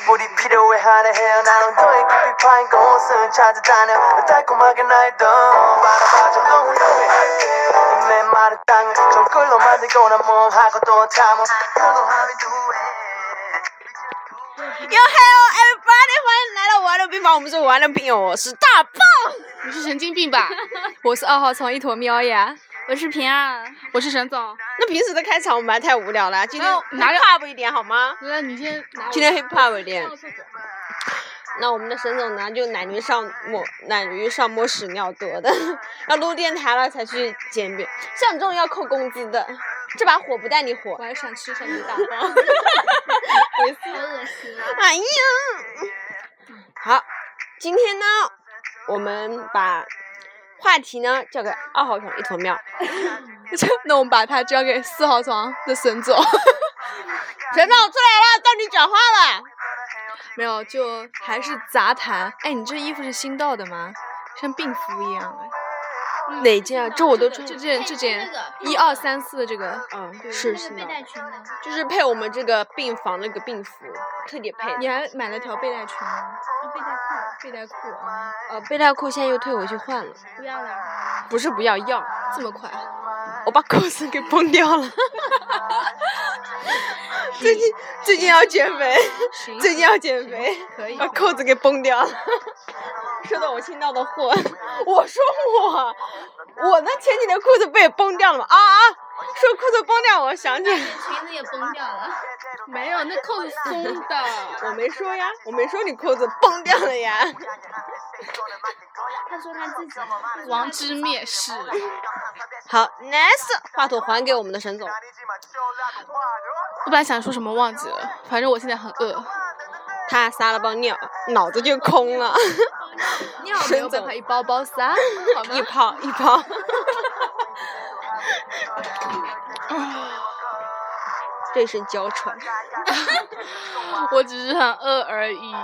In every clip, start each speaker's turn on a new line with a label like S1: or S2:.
S1: 사내해요 나는 너의 깊이 파인 곳을 찾아다녀 달콤하게 나의 덤 바라봐줘 너무 예뻐해 내 말은 땅을 정글로 만들고 난 멍하고 또 참은 그동함이 누해
S2: 哟 Hello everybody，欢迎来到玩乐病房。我们是玩乐病友，我是大胖。
S3: 你是神经病吧？我是二号床一坨喵呀，
S4: 我是平安，
S3: 我是沈总。
S2: 那平时的开场我们还太无聊了，今天
S3: 没有哪
S2: hip
S3: 有
S2: hop 一点好吗？
S3: 那你 先拿我
S2: 今天 hip hop 一点
S3: 上。厕所
S2: 那我们的沈总呢，就懒驴上摸懒驴上摸屎尿多的， 要录电台了才去减肥，像这种要扣工资的，这把火不带你火
S3: 我。还想吃上 你大包。
S4: 好恶心啊！
S2: 哎呀，好，今天呢，我们把话题呢交给二号床一坨喵。
S3: 那我们把它交给四号床的沈总。
S2: 沈总出来了，到你讲话了。
S3: 没有，就还是杂谈。哎，你这衣服是新到的吗？像病服一样哎。
S2: 哪件啊？这我都
S3: 这
S2: 穿。
S3: 这件
S4: 配
S3: 这件
S4: 配那个
S3: 一二三四的这个，
S2: 嗯，
S3: 对
S2: 是
S4: 那
S2: 是
S4: 个
S2: 的
S4: 背，带裙呢？
S2: 就是配我们这个病房那个病服，特地配
S3: 你
S2: 的。
S3: 还买了条背带裙吗？
S4: 背带裤
S3: 背带裤啊，
S2: 呃，背带裤现在又退回去换了，
S4: 不要了。
S2: 不是不要要，
S3: 这么快？啊
S2: 我把裤子给崩掉了。 最近最近要减肥，
S3: 行
S2: 最近要减肥，
S3: 可以
S2: 把扣子给崩掉了。说到我听到的货， 我说我我那前几天裤子不也崩掉了吗？啊啊！说裤子崩掉，我想起来。
S4: 裙子也崩掉了。
S3: 没有，那扣子松的。
S2: 我没说呀，我没说你裤子崩掉了呀。
S4: 他说他自己
S3: 王之蔑视。
S2: 好，nice，话筒还给我们的沈总。
S3: 我本来想说什么忘记了，反正我现在很饿。
S2: 他撒了包尿，脑子就空了，
S3: 尿
S2: 没有办法
S3: 一包包 撒，好
S2: 一泡一泡。 这是娇喘。
S3: 我只是很饿而已。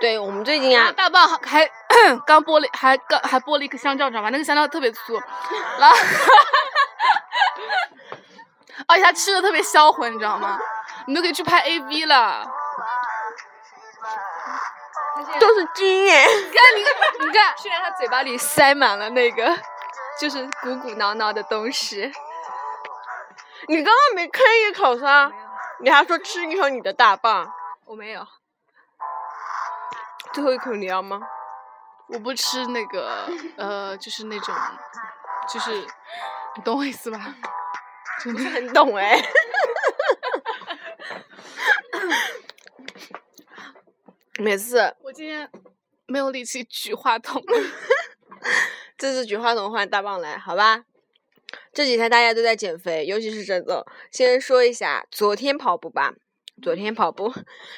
S2: 对我们最近啊，
S3: 大棒还 刚剥了，还刚还剥了一个香蕉，你知道吗？那个香蕉特别粗，然后， 而且他吃的特别销魂，你知道吗？你都可以去拍 AV 了。
S2: 都是精耶。
S3: 你看，你看，你看，虽然他嘴巴里塞满了那个，就是鼓鼓囊囊的东西。
S2: 你刚刚没吭一口啥？你还说吃一口你的大棒，
S3: 我没有，
S2: 最后一口你要吗？
S3: 我不吃那个，呃，就是那种，就是，你懂我意思吧？
S2: 很懂哎。 每次
S3: 我今天没有力气举话筒。
S2: 这次举话筒换大棒来，好吧？这几天大家都在减肥，尤其是沈总。先说一下昨天跑步吧，昨天跑步，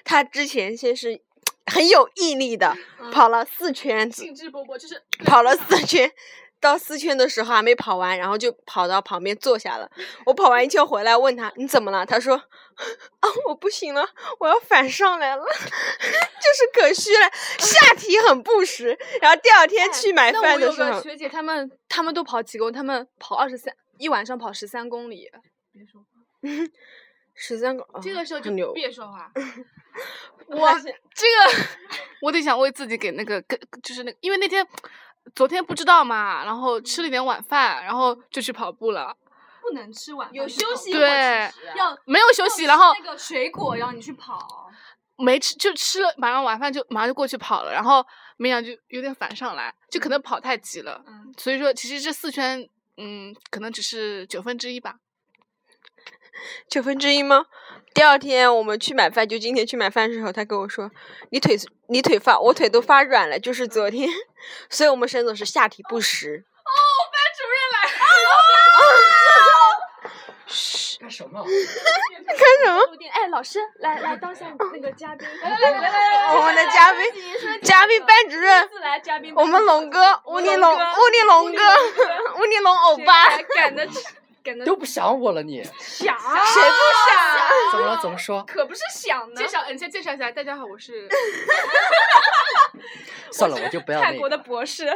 S2: 他之前先是很有毅力的
S3: 嗯
S2: 跑了四圈子，
S3: 兴致勃勃，就是
S2: 跑了四圈，到四圈的时候还没跑完，然后就跑到旁边坐下了。我跑完一圈回来问他你怎么了，他说啊我不行了，我要反上来了， 就是可虚了，下体很不实。然后第二天去买
S3: 哎那
S2: 饭
S3: 我
S2: 的
S3: 有
S2: 时候
S3: 个，学姐，她们她们都跑几公里？她们跑二十三，一晚上跑十三公里。
S2: 十三个，哦
S3: 这个时候
S2: 很牛
S3: 就别说话。
S2: 我
S3: 这个我得想为自己给那个，跟就是那个，因为那天昨天不知道嘛，然后吃了一点晚饭，然后就去跑步了。
S5: 不能吃晚饭
S4: 有
S5: 去跑
S4: 休
S5: 步
S4: 息
S3: 对，
S5: 要
S3: 没有休息，然后
S5: 那个水果让你去跑，
S3: 没吃就吃了，马上晚饭就马上就过去跑了，然后没想就有点反上来，就可能跑太急了。
S5: 嗯，
S3: 所以说，其实这四圈，嗯，可能只是九分之一 吧。
S2: 九分之一吗？第二天我们去买饭，就今天去买饭的时候，他跟我说：“你腿你腿发，我腿都发软了，就是昨天。”所以我们沈总是下体不实。
S6: 干什么？
S2: 什么？
S5: 哎，老师来来当下那个嘉宾，来
S2: 来来来我们的嘉宾
S5: 自己说几
S2: 嘉宾
S5: 个
S2: 班主任
S5: 亲自来嘉宾班
S2: 我
S5: 主
S2: 们
S5: 任，
S2: 龙哥，乌尼龙，乌尼龙哥，乌尼龙欧
S5: 谁
S2: 巴，
S5: 还哎 赶得赶 得啊
S6: 都不想我了你？
S2: 谁不
S5: 想，
S2: 想？
S6: 怎么了？怎么说？
S5: 可不是想呢
S3: 介。绍，你哎先介绍一下，大家好，我是
S6: 算了，我就不要
S5: 泰
S6: 那
S5: 国的
S6: 个。
S5: 博 士，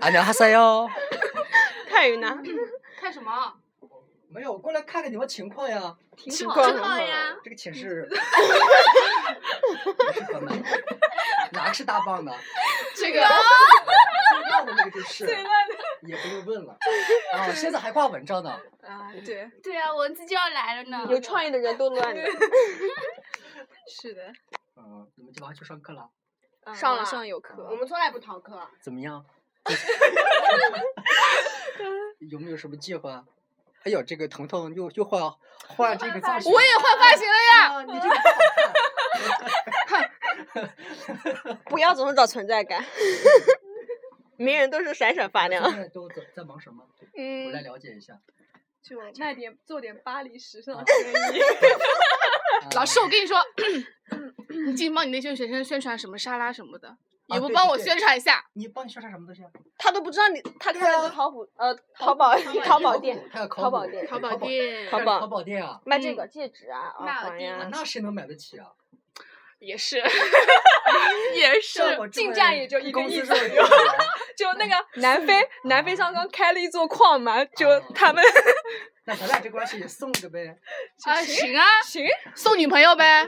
S6: 俺娘哈塞 哟。
S2: 泰语呢？
S3: 看什么？
S6: 没有，过来看看你们情况呀。
S5: 挺
S2: 情
S5: 好
S2: 况
S5: 挺
S2: 很
S5: 好
S2: 好
S5: 呀。
S6: 这个寝 室不是很满，哪个是大棒的？
S5: 这个
S6: 那的那个就是了，也不用问了。啊，现在还挂文章呢，
S5: 啊， 对，
S4: 对啊，文字就要来了呢。
S2: 有创意的人都乱的。
S5: 是的，
S6: 嗯，你们今晚去上课了，
S5: 嗯
S2: 上了
S5: 晚上有课，
S2: 们从来不逃课。
S6: 怎么样？有没有什么计划？哎呦，这个彤彤又又换换这个造型，
S3: 我也换发型了呀！
S6: 啊，你这个不好看。
S2: 不要总是找存在感， 名人都是闪闪发亮。
S6: 现在都在在忙什么？我来
S5: 嗯，
S6: 了解一 下。
S5: 就卖点做点巴黎 时尚
S6: 啊
S5: 生意。
S3: 老师，我跟你说，你进去帮你那些学生宣传什么沙拉什么的，也
S6: 啊
S3: 不
S6: 对
S3: 帮
S6: 对
S3: 我
S6: 对
S3: 宣传一下？
S6: 你帮你宣传什么东西啊？
S2: 他都不知道你，他看那个淘宝呃淘宝淘宝 店，，
S6: 还有
S2: 淘宝店
S3: 淘宝，店
S2: 淘
S6: 还有
S2: 宝
S6: 淘宝店啊，
S5: 嗯
S2: 卖这个戒指啊、耳
S4: 那
S2: 环
S6: 啊
S2: 呀。
S6: 那谁能买得起啊？
S3: 也是，也是
S6: 像我这
S5: 进
S6: 么
S5: 价也就一个
S6: 公
S5: 亿
S6: 司
S5: 左
S6: 这么
S5: 右
S6: 有钱
S5: 就那个南非， 南非上刚开了一座矿嘛，就他们
S6: 那咱俩这关系也送一个呗，
S3: 啊，行啊，
S5: 行，
S3: 送女朋友呗。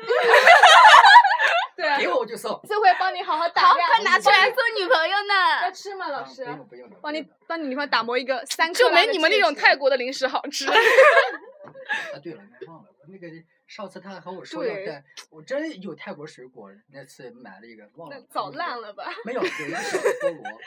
S5: 对啊
S6: 给，我我就送。
S5: 这回帮你好好打
S4: 好，
S5: 量。
S4: 快拿出来送女朋友
S5: 要
S4: 呢。
S5: 吃吗，老师
S6: 啊？不用不用的。
S5: 帮你
S6: 不用的
S5: 帮你女朋友打磨一个三克
S3: 就
S5: 拉
S3: 没
S5: 的
S3: 你们那
S5: 戒
S3: 种
S5: 指
S3: 泰国的零食好吃。
S6: 啊，对了，你忘了我那个上次他还和我说要
S5: 对
S6: 带，我真有泰国水果，那次买了一个忘
S5: 那
S6: 了。
S5: 早烂。了吧？
S6: 没有，有一个小的 菠萝，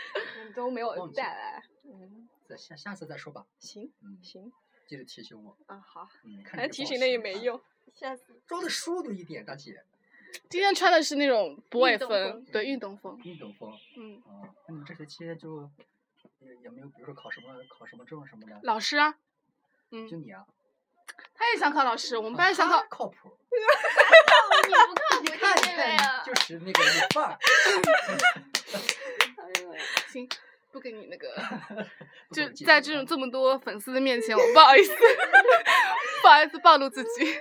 S5: 都没有
S6: 忘记
S5: 带
S6: 了
S5: 来。嗯
S6: 再下下次再说吧。
S5: 行
S6: 嗯，
S5: 行
S6: 记得提醒我。
S5: 啊，好，
S6: 嗯，看
S5: 反正
S6: 着
S5: 提
S6: 不好
S5: 醒了也
S6: 吃
S5: 没
S6: 啊。
S5: 用。
S2: 下次
S6: 装的疏读一点，大姐。
S3: 今天穿的是那种 boy
S5: 运动
S3: 风
S5: 风，
S3: 对，运动风。
S6: 运动风。
S3: 嗯，
S6: 啊，那你这学期就也也没有，比如说考什么考什么证什么的。
S3: 老师啊，
S6: 就
S3: 嗯，
S6: 你啊，
S3: 他也想考老师，我们
S6: 啊
S3: 班也想
S6: 他
S3: 考。
S6: 靠谱。
S4: 你不靠谱，
S6: 看
S4: 对
S6: 看
S4: 没
S6: 你
S4: 有？
S6: 就是那个有范儿。
S3: 行，不跟你那个，
S6: 不
S3: 就
S6: 跟我计
S3: 在
S6: 较
S3: 这种
S6: 啊
S3: 这么多粉丝的面前，我不好意思， 不好意思暴露自己。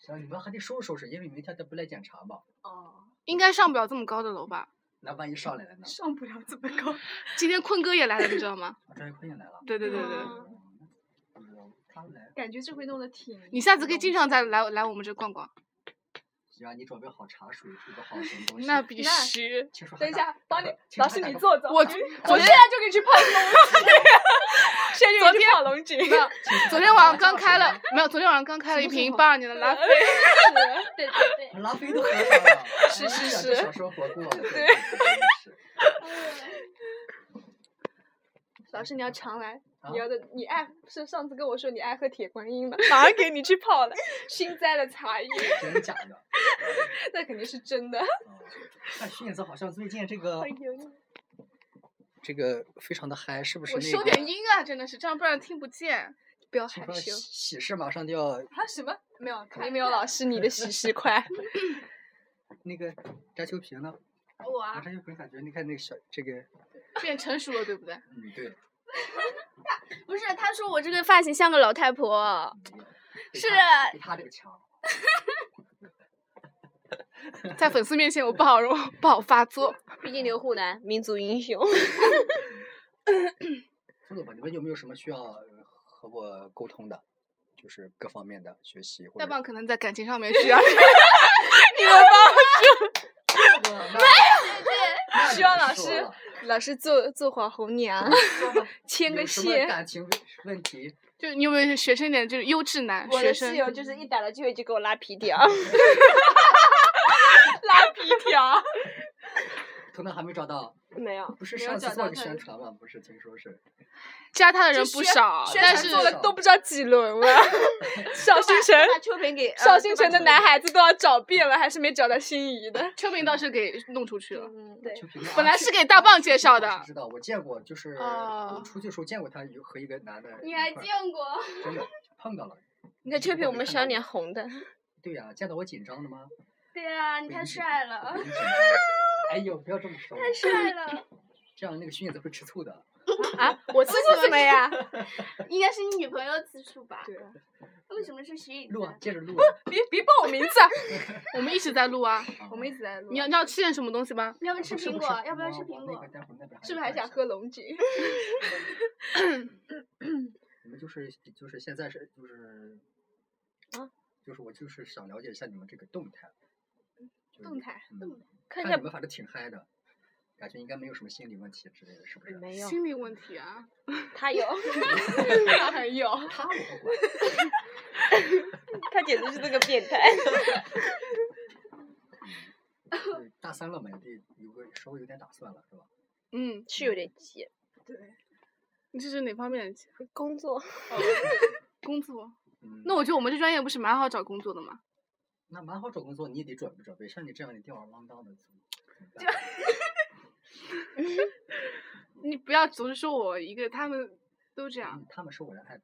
S6: 行，你们还得收拾收拾，因为明天他不来检查嘛。
S5: 哦，
S3: 应该上不了这么高的楼吧？
S6: 那万一上来了呢？
S5: 上不了这么高。
S3: 今天坤哥也来了，你知道吗？
S6: 啊，专业坤也来了。
S3: 对对对对，
S5: 啊
S6: 嗯不知道他来，
S5: 感觉这回弄得挺……
S3: 你下次可以经常再来来我们这逛逛。
S6: 只啊要你准备好茶水，准备好什么东西。
S3: 那必
S5: 那
S3: 须。
S6: 听说还
S5: 等一
S6: 打
S5: 下， 帮你
S6: 打个听
S5: 老
S6: 说
S5: 师
S6: 还
S5: 你
S6: 打个
S5: 坐
S2: 哎
S5: 坐。
S3: 我
S5: 我现
S3: 昨
S5: 在就给你去泡龙井， 现在就给你去泡龙井。
S3: 没有，昨天晚上刚开了，没有，昨天晚上刚开了一瓶八二年的拉菲。
S4: 对对对。
S6: 拉菲都喝上了，
S5: 是是
S6: 哎呀
S5: 是
S6: 这小生活过了，对，是嗯
S5: 老师你要常来，
S6: 啊
S5: 你要的你爱是上次跟我说你爱喝铁观音的，马上给你去泡 了，新栽的茶叶，
S6: 真的假的？
S5: 那肯定是真的。
S6: 啊看迅子好像最近这个
S5: 哎呦，
S6: 这个非常的嗨，是不是？
S3: 我收点音啊，真的是，这样不然听不见。
S5: 不要害
S6: 听说
S5: 羞。
S6: 喜事马上就要
S5: 他什么没有？肯定没有老师你的喜事快。
S6: 那个翟秋萍呢，
S4: 我
S6: 啊
S4: 啊，
S6: 翟秋萍感觉你看那个小这个，
S3: 变成熟了，对不对？
S6: 嗯，对，
S4: 不是，他说我这个发型像个老太婆，
S6: 比
S4: 是
S6: 嗯他比他这个强。
S3: 在粉丝面前我不好容不好发作。
S2: 毕竟刘胡兰民族英雄，
S6: 说说吧，你们有没有什么需要呃和我沟通的？就是各方面的学习或者
S3: 大棒可能在感情上面需要，
S4: 对对，
S5: 希望老师 老师做做好红娘，牵个线。
S6: 感情问题，
S3: 就你有没有学生点就是优质男
S2: 我
S3: 学
S2: 的
S3: 生
S2: 室？友就是一逮了机会就给我拉皮条。
S5: 拉皮条。
S6: 可能还没找到。
S2: 没有，
S6: 不是
S5: 没有
S6: 上次
S5: 找
S6: 做
S5: 到
S6: 个
S5: 他
S6: 宣
S5: 的
S6: 传嘛？不是听说是
S3: 加他的人
S5: 就
S3: 不
S5: 宣
S3: 少，
S5: 宣
S3: 但
S5: 传
S3: 是
S5: 做了
S6: 少
S5: 都不知道几轮了， 绍兴城
S2: 把秋萍
S4: 呃
S2: 给
S5: 绍兴城的男，孩子都要找遍了，还是没找到心仪的。
S3: 秋萍倒是给弄出去了。
S2: 嗯，
S5: 对
S6: 秋萍啊
S3: 本来
S6: 这
S3: 是给大棒介绍
S6: 我是
S3: 的，
S6: 知道，我见过，就是
S3: 哦
S6: 我出去的时候见过他有和一个男的，
S4: 你还见过？
S6: 真的碰到了。
S2: 你看秋萍，我们小脸
S6: 红。
S2: 红 的，
S6: 对呀、见到我紧张的吗？
S4: 对啊，你
S6: 不
S4: 太
S6: 允许
S4: 帅了
S6: 不，允许哎呦，不要这么说我，
S4: 太帅了，
S6: 这样那个薰子会吃醋的。
S2: 我吃醋了没呀？
S4: 应该是你女朋友吃醋吧？
S5: 对，
S4: 为什么是徐颖
S6: 录 啊
S4: 呢，？
S6: 接着录啊。
S5: 别别报我名字啊！
S3: 我们一直在录啊。
S5: 我们一直在录
S3: 你。要你要吃点什么东西吗？
S4: 你要不要
S6: 不
S4: 吃
S6: 哦是
S4: 苹
S6: 不
S4: 果
S6: 是？
S4: 要不要
S6: 我
S4: 吃
S6: 我
S4: 苹
S6: 那
S4: 果
S6: 会儿？待会儿那边
S5: 是不是
S6: 还
S5: 还
S6: 有
S5: 想
S6: 饭
S5: 喝龙井？
S6: 你们就是就是现在是就是
S5: 啊
S6: 就是我就是想了解一下你们这个动态，就是
S5: 动
S6: 你
S5: 态，
S6: 嗯，
S5: 看一
S6: 看
S5: 下
S6: 你们反正挺嗨的，感觉应该没有什么心理问题之类的，是不是？
S2: 没有，
S3: 心理问题啊，
S5: 他有，他很有，
S6: 他我不管，
S2: 他简直是那个变态。
S6: 就是大三了嘛，也得有个稍微有点打算了，是吧？
S3: 嗯，
S2: 是有点急，
S3: 你这是哪方面的？啊
S2: 工作
S3: 工作？
S6: 嗯，
S3: 那我觉得我们这专业不是蛮好找工作的吗？
S6: 那蛮好找工作，你也得准备准备。像你这样，你吊儿郎当的，怎么怎么办？
S3: 你不要总是说我一个，他们都这样
S6: 嗯。他们是我的爱徒。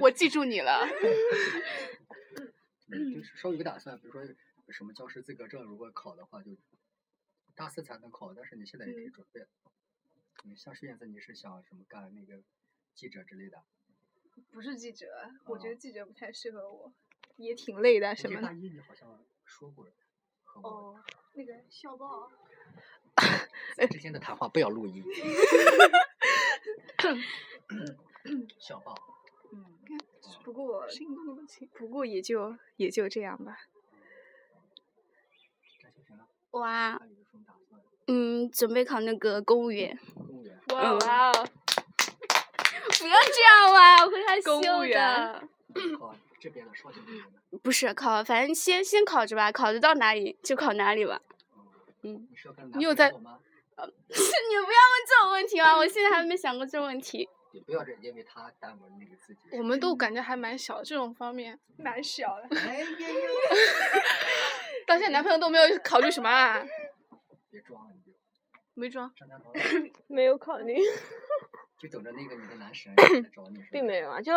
S3: 我记住你了，
S6: 嗯，就是稍微有个打算，比如说什么教师资格证，如果考的话，就大四才能考，但是你现在也可以准备了。嗯，像是燕子，你是想什么干那个记者之类的？
S5: 不是记者，我觉
S6: 哦
S5: 得记者不太适合我，也挺累的
S6: 我
S5: 什
S6: 记
S5: 么
S6: 得大
S5: 的。
S6: 一你好像说过和我
S5: 哦，那个校报，
S6: 之
S3: 哎
S6: 间的谈话不要录 音。小报，
S5: 嗯，不过不过也就也就这样吧。
S6: 感谢谁呢？
S4: 我啊，
S6: 还有什么打算？
S4: 嗯，准备考那个公务员。
S6: 公务员。
S4: 嗯
S5: 哇哦，
S4: 不要这样啊啦，我会害
S5: 公务
S4: 羞的
S5: 员。
S6: 好，这边的少年这边的。
S4: 不是考，反正先先考着吧，考得到哪里就考哪里吧。
S6: 嗯，你是要跟
S3: 你有
S6: 男
S3: 在
S6: 朋友吗？
S4: 你不要问这种问题
S2: 啊
S4: 吗？我现在还没想过这种问题。
S6: 你不要这，因为他耽误了那个自己。
S3: 我们都感觉还蛮小这种方面，
S5: 嗯 蛮小的。
S6: 哎呀呀！
S3: 到现在男朋友都没有考虑什么啊？
S6: 别装了，你就
S3: 没装，
S6: 张大头。
S2: 没有考虑，
S6: 就等着那个你的男神来找你，是
S2: 并
S6: 吧
S2: 没有啊，就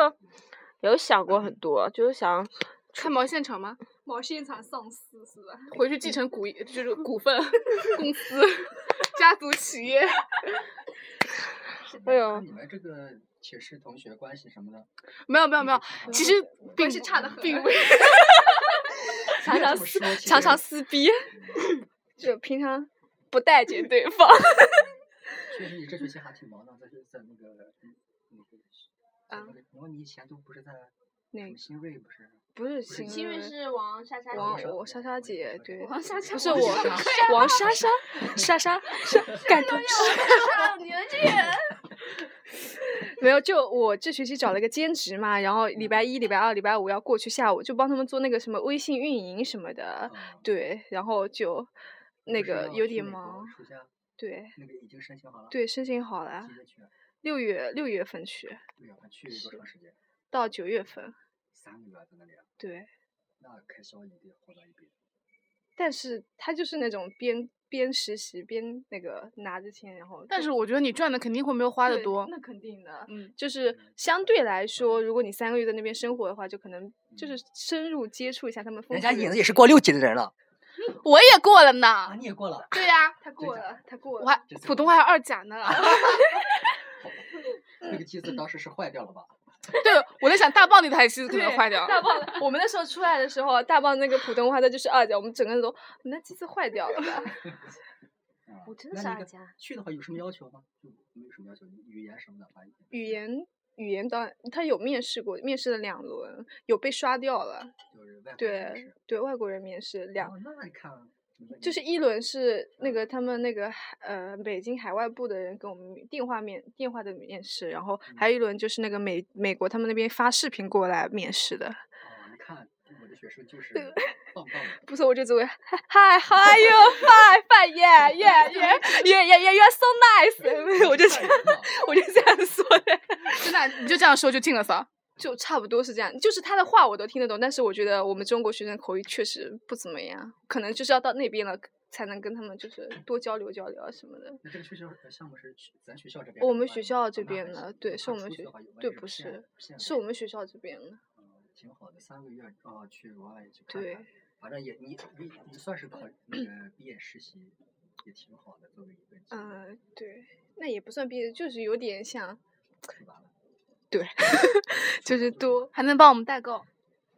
S2: 有想过很多，就是想
S3: 看毛现场吗？
S5: 毛现场丧尸是吧？
S3: 回去继承股就是股份 公司、 家族企业。
S2: 哎呦
S6: 那你们这个寝室同学关系什么的，
S3: 没有没有没有，其实并
S5: 是嗯差得很
S3: 并不是。
S2: 常常
S6: 撕，
S2: 常常撕逼，
S6: 嗯
S4: 就平常
S2: 不待见对方。
S6: 确实你这学期还挺忙的，在在那个嗯那个在那个，然后你以前都不是在
S5: 那
S6: 什么新锐不是？
S5: 不是
S6: 新
S2: 嗯
S5: 新锐
S4: 是王莎莎
S5: 王
S6: 姐
S5: 我莎莎姐对，
S4: 王莎莎
S5: 不
S4: 不
S5: 是
S4: 是
S5: 我啊
S4: 我，
S5: 王 莎莎，莎莎莎，感觉
S4: 你们这个人
S5: 没有，就我这学期找了个兼职嘛，然后礼拜一、礼拜二、礼拜五要过去下午，就帮他们做那个什么微信运营什么的，
S6: 啊
S5: 对，然后就那
S6: 不是
S5: 个
S6: 要
S5: 有
S6: 去
S5: 点
S6: 美国
S5: 忙，
S6: 暑假
S5: 对
S6: 那个已经申请好了，，
S5: 对，申请好了
S6: 几，月去啊？
S5: 六月六月份去，
S6: 对呀，还去多长时间？
S5: 到九月份，
S6: 三个月在那里啊，
S5: 对，
S6: 那开销也得好大一笔。
S5: 但是他就是那种边边实习边那个拿着钱，然后
S3: 但是我觉得你赚的肯定会没有花的
S5: 对
S3: 多。
S5: 那肯定的，
S3: 嗯，
S5: 就是
S6: 嗯
S5: 相对来说，如果你三个月在那边生活的话，就可能就是
S6: 嗯
S5: 深入接触一下他们风
S6: 人
S5: 土
S6: 家
S5: 人
S6: 影子也是过六级的人了
S3: 我也过了
S6: 啊，
S3: 呢。
S6: 你也过了，
S3: 对呀、
S5: 他过了，他过
S3: 我
S5: 了，
S3: 还普通话还有二甲 呢。
S6: 那个
S5: 嗯
S6: 机子当时是坏掉了吧？
S3: 对，我在想大棒那台机子可能
S5: 对
S3: 坏掉。
S5: 大棒，我们那时候出来的时候，大棒那个普通话，它就是二甲，我们整个人都，你那机子坏掉了 吧？
S6: 啊
S2: 我真
S6: 那
S2: 是
S6: 你
S2: 二
S6: 的
S2: 家
S6: 去的话有什么要求吗？就没有什么要求，语言什么的，反正
S5: 语言语言当然，他有面试过，面试了两轮，有被刷掉了。
S6: 就是外国人也
S5: 对
S6: 是。
S5: 对，外国人面试两，
S2: 嗯
S6: 哦那你看，你们
S5: 就是一轮是那个他们那个海呃北京海外部的人给我们电话面电话的面试，然后
S6: 嗯
S5: 还有一轮就是那个美美国他们那边发视频过来面试的。
S6: 哦，你看我的学生就是棒棒 的，
S5: 不错，我这组 Hi How are you? Fine, fine, yeah, yeah, yeah, yeah, yeah, yeah, you're so nice 。我就这
S6: 太
S5: 样
S6: 棒了
S5: 我就这样说的，
S3: 真的啊，你就这样说就进了骚。
S5: 就差不多是这样。就是他的话我都听得懂，但是我觉得我们中国学生口语确实不怎么样，可能就是要到那边了才能跟他们就是多交流交流啊什么的。
S6: 那这个学校呃项目是去咱学校这边
S5: 我
S6: 承
S5: 们
S6: 办
S5: 学
S6: 的
S5: 校
S6: 哦
S5: 这
S6: 那
S5: 边
S6: 还
S5: 的
S6: 行
S5: 对
S6: 那
S5: 是
S6: 他
S5: 我们
S6: 出去
S5: 学
S6: 的话有
S5: 对
S6: 万一
S5: 不
S6: 骗
S5: 是
S3: 啊
S6: 骗
S5: 是
S6: 的
S5: 我们学校这边的。
S6: 嗯挺好的，三个月哦去国外去看
S5: 对
S6: 看，反正也你你你算是考那个毕业实习也挺好的，作为一个经历
S3: 呃
S5: 嗯，对，那也不算毕业，就是有点像，
S6: 是吧？
S5: 对，就是多
S3: 还能帮我们代购，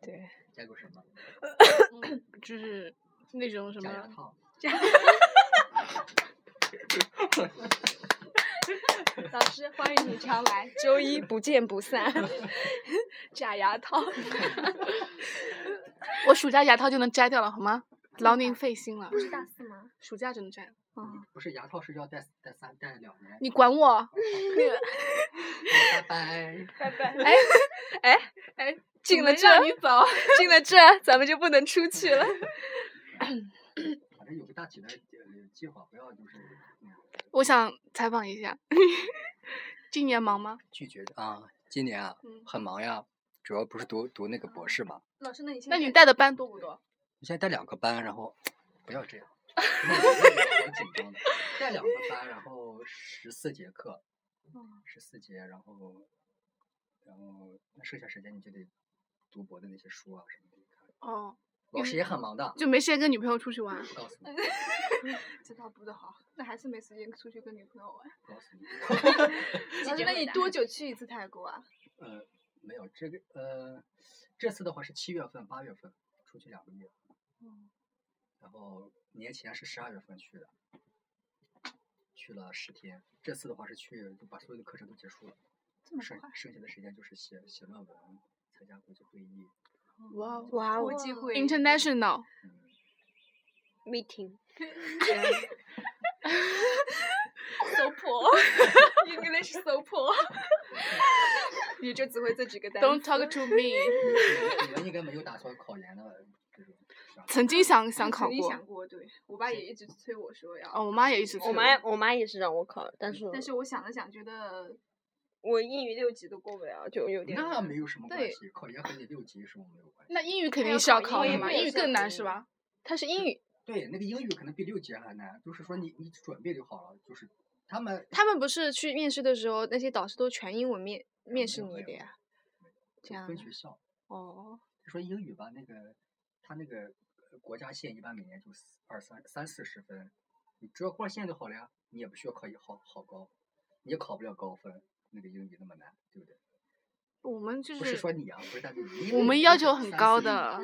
S5: 对。
S6: 带过什么？
S3: 就是那种什
S6: 假牙
S3: 么
S6: 套。
S4: 老师，欢迎你常来，
S2: 周一不见不散。
S4: 假牙套。
S3: 我暑假牙套就能摘掉了，好吗？劳您费心了
S4: 不，是大四吗？
S3: 暑假就能摘了。
S6: 不是牙套是要戴戴三戴两年。
S3: 你管我？
S6: 拜拜。
S2: 哎哎哎，进了这，进了这，咱们就不能出去 了。
S6: 反正有个大体的呃计划，不要就是嗯
S3: 我想采访一下，今年忙吗？
S6: 拒绝啊。今年啊
S3: 嗯，
S6: 很忙呀，主要不是读读那个博士嘛。
S4: 老师，那你现
S3: 那
S4: 在
S3: 你带的班多不多？
S6: 你现在带两个班，然后不要 这样，那我那我好紧张的。带两个班，然后十四节课，
S5: 哦
S6: 十四节，然后然后那剩下时间你就得读博的那些书啊什么的看。
S3: 哦，
S6: 老师也很忙的，
S3: 就没时间跟女朋友出去玩。
S6: 告诉你，
S5: 这套补的好，那还是没时间出去跟女朋友玩。
S6: 告 诉你，
S4: 老师，那你多久去一次泰国啊？
S6: 呃，没有这个呃，这次的话是七月份、八月份出去两个月，然后年前是十二月份去的，去了十天。这次的话是去就把所有的课程都结束了，剩剩下的时间就是写写论文、参加国际会议。
S3: 哇哦
S2: 哇
S4: 国际会议
S3: ，International，
S6: 嗯，
S2: ，meeting，
S4: so poor，English so poor。
S2: 你就只会这几个单
S3: Don't talk to me。
S6: 你们你们应该没有打算考研的这种想法。
S3: 曾经想想考
S5: 曾经
S3: 过，
S5: 想过，对我爸也一直催我说要。
S3: 哦，我妈也一直催
S2: 我妈我妈也是让我考，但是
S5: 但是我想了想，觉得
S2: 我英语六级都过不了，就有点。
S6: 那没有什么关
S5: 对
S6: 系，考研和你六级是我没有关系。
S3: 那英语肯
S4: 还
S3: 定
S4: 要
S3: 是要
S4: 考
S3: 考
S4: 英
S3: 的
S4: 语
S3: 嘛，
S4: 也
S3: 英语
S4: 是
S3: 更
S4: 要
S3: 难
S4: 考
S3: 是
S4: 英
S3: 吧？
S2: 它是英语，
S6: 对，那个英语可能比六级还难，就是说你你准备就好了，就是他们
S2: 他们不是去面试的时候，那些导师都全英文面
S6: 没
S2: 面试
S6: 有
S2: 你
S6: 没有
S2: 的呀？
S6: 就
S2: 这样
S6: 分
S2: 的
S6: 学校。
S2: 哦，
S6: 就说英语吧，那个他那个呃国家线一般每年就四二三三四十分，你只要过线就好了呀，你也不需要考一好好高，你也考不了高分，那个英语那么难，对不对？
S3: 我们就
S6: 不是
S3: 是
S6: 说你啊，不是大家，你
S3: 我们
S6: 你
S3: 要
S6: 就是
S3: 求很
S6: 三
S3: 高
S6: 四一
S3: 的，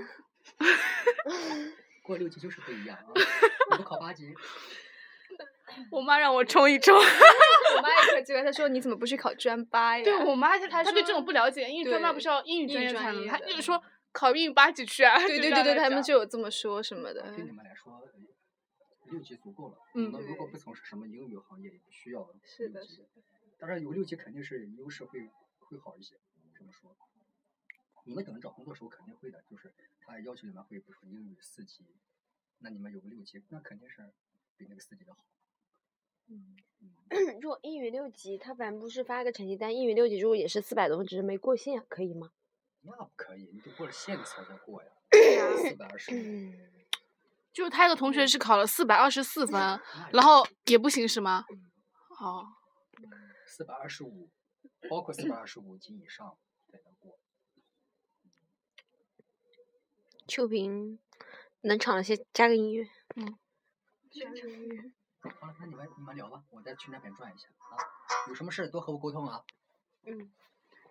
S6: 过六级就是不一样啊，你不考八级，
S3: 我妈让我冲一冲。
S2: 我妈也很奇怪，她说你怎么不去考专八呀？
S3: 对我妈她她对这
S5: 说
S3: 种不了解，英语专八不
S5: 对
S3: 是要英语
S5: 英
S3: 专
S5: 语
S3: 业才
S5: 专
S3: 能，
S5: 业
S3: 她
S5: 的
S3: 就是说考英语八级去啊。
S2: 对
S3: 就
S2: 对
S3: 这
S2: 对
S3: 样
S2: 对，
S3: 来
S2: 他们
S3: 讲
S2: 就有这么说什么的。
S6: 对你们来说。呃六级足够了。
S3: 嗯
S6: 你们如果
S5: 嗯对
S6: 不从事什么英语行业，也不需要六级。
S5: 是的是
S6: 当然有六级肯定是优势会会好一些。这么说，你们等着找工作的时候肯定会的，就是他要求你们会，比如说英语四级，那你们有个六级，那肯定是比那个四级的好。
S5: 嗯
S6: 嗯
S2: 如果英语六级，他反正不是发个成绩单，英语六级如果也是四百多分，只是没过线，可以吗？
S6: 那不可以，你得过了线的才叫过呀。四百二十五，
S2: 嗯，
S3: 就是她有个同学是考了四百二十四分，
S6: 那
S3: 然后也不行是吗？哦，
S6: 四百二十五，包括四百二十五及以上才能过。
S2: 秋萍冷场了些，加个音乐。
S6: 好了，那你们你们聊吧，我再去那边转一下啊。有什么事多和我沟通啊。
S2: 嗯，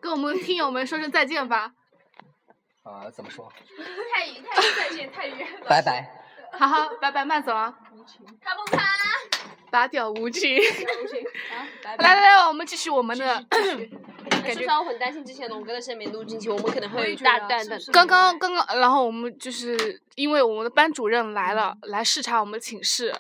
S3: 跟我们听友们说声再见吧，
S6: 啊，怎么说？
S4: 太远太远，再见太远了。
S6: 拜拜。
S3: 哈哈，拜拜，慢走啊，
S4: 他不怕。
S3: 拔屌无情。
S4: 啊，拜
S3: 来来来，我们继续我们的。
S2: 哎说实话，我很担心之前龙哥的声没录进去，我们可能会有一大段的。
S3: 刚刚刚刚，然后我们就是因为我们的班主任来了，来视察我们寝室，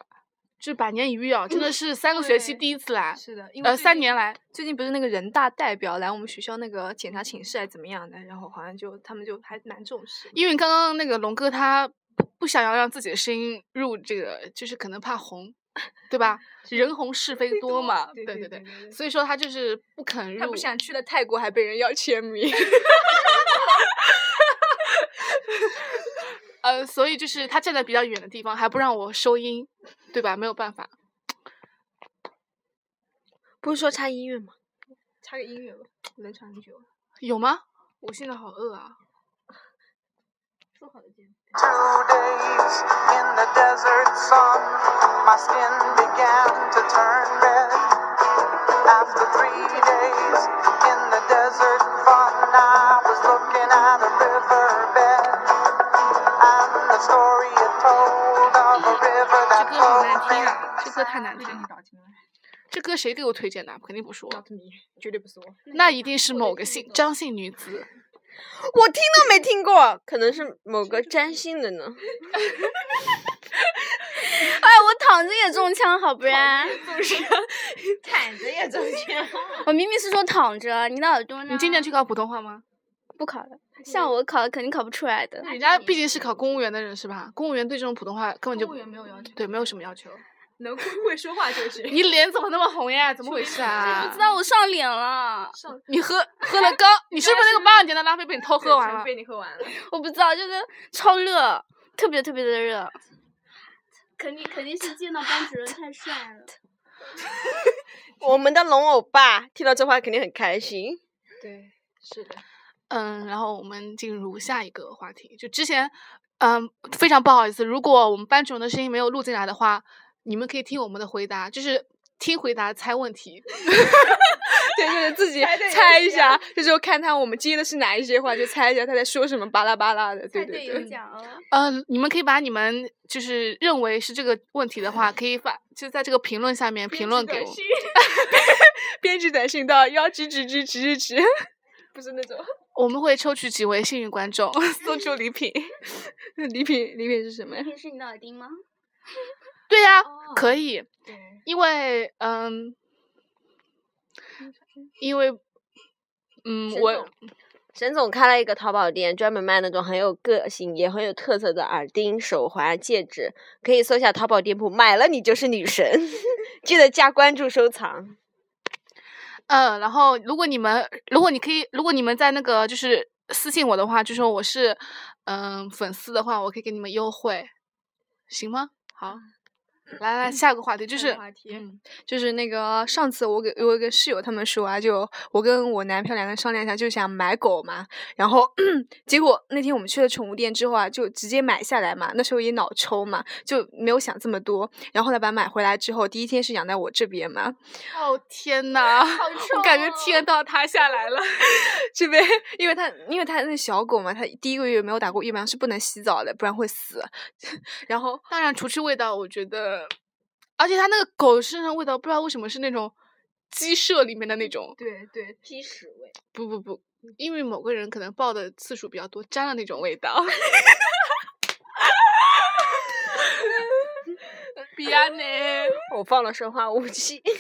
S3: 就百年一遇啊，真的是三个学期
S5: 嗯对
S3: 第一次来，
S5: 是的，因为
S3: 呃，
S5: 最
S3: 三
S5: 近
S3: 年来，
S5: 最近不是那个人大代表来我们学校那个检查寝室还怎么样的，然后好像就他们就还蛮重视的。
S3: 因为刚刚那个龙哥他不不想要让自己的声音入这个，就是可能怕红，对 吧？人红是非多嘛，
S5: 对
S3: 对
S5: 对
S3: 对
S5: 对对对
S3: 所以说他就是不肯入，
S5: 他不想去了泰国，还被人要签名。
S3: 呃，所以就是他站在比较远的地方，还不让我收音，对吧？没有办法，
S2: 不是说插音乐吗？
S5: 插个音乐吧，冷场很久了。
S3: 有吗？我现在好饿啊！
S5: 说好的见面。
S1: Two days in the desert sun, my skin began to turn red. After three days in the desert fun, I was looking at a riverbed. And the story it told of a river
S3: 这
S5: 哦
S1: that
S5: 哎
S3: 歌
S1: flowed
S3: 好难听啊，这歌太难听了。这歌谁给我推荐的啊？肯定不是我，
S5: Not me，绝对不是我。啊
S3: 那一定是某个姓张姓女子。
S2: 我听都没听过，可能是某个占星的呢。
S4: 哎，我躺着也中枪，好不然。
S2: 毯子也中枪。
S4: 我明明是说躺着，你的耳朵呢？
S3: 你今年去考普通话吗？
S4: 不考了？像我考肯定考不出来的。
S3: 人家毕竟是考公务员的人是吧？公务员对这种普通话根本就
S5: 公务员没有要求
S3: 对，没有什么要求。
S5: 能会会说话就行。
S3: 你脸怎么那么红呀？怎么回事啊？
S4: 不知道我上脸了，
S3: 你喝喝了 刚，你是不是那个八二年的拉菲被你偷喝完了？
S5: 被你喝完了。
S4: 我不知道，就是超热，特别特别的热。 肯定肯定是见到班主任太帅了。
S2: 我们的龙欧巴听到这话肯定很开心。
S5: 对，是的。
S3: 嗯，然后我们进入下一个话题。就之前，嗯，非常不好意思，如果我们班主任的声音没有录进来的话，你们可以听我们的回答，就是听回答猜问题。
S5: 对，就是自己猜一
S2: 啊
S5: 下，这时候看他我们接的是哪一些话，就猜一下他在说什么，巴拉巴拉的。对
S4: 派
S5: 对
S4: 对有
S5: 对，
S4: 奖 哦。
S3: 嗯，你们可以把你们就是认为是这个问题的话，可以发就在这个评论下面评论给我们。
S5: 编辑短信到幺七指指指指指，不是那种
S3: 我们会抽取几位幸运观众送出礼品。
S5: 礼品，礼品是什么呀？
S4: 平时你的耳钉吗？
S3: 对呀、可以，
S5: 对，
S3: 因为嗯，因为嗯，
S2: 沈
S3: 我
S2: 总沈总开了一个淘宝店，专门卖那种很有个性也很有特色的耳钉、手环、戒指，可以搜一下淘宝店铺，买了你就是女神。 记得加关注收藏。
S3: 嗯，然后如果你们，如果你可以，如果你们在那个就是私信我的话，就说我是嗯粉丝的话，我可以给你们优惠，行吗？好，来来，下个话题就
S5: 下一
S3: 是
S5: 个话题
S3: 嗯
S5: 就是那个上次我给我跟室友他们说啊，就我跟我男票两个人商量一下，就想买狗嘛。然后 结果那天我们去了宠物店之后啊，就直接买下来嘛。那时候也脑抽嘛，就没有想这么多。然后后来把它买回来之后，第一天是养在我这边嘛，
S3: 哦天呐， 我感觉
S4: 臭哦
S3: 天到塌下来 了。
S5: 这边因为它因为它那小狗嘛，它第一个月没有打过疫苗是不能洗澡的，不然会死。 然后
S3: 当然，除去味道，我觉得，而且它那个狗身上的味道，不知道为什么是那种鸡舍里面的那种，
S5: 对嗯对，
S2: 鸡屎味。
S3: 不不不，因为某个人可能抱的次数比较多，沾了那种味道。比亚内，
S2: 我放了生化武 器。
S4: 可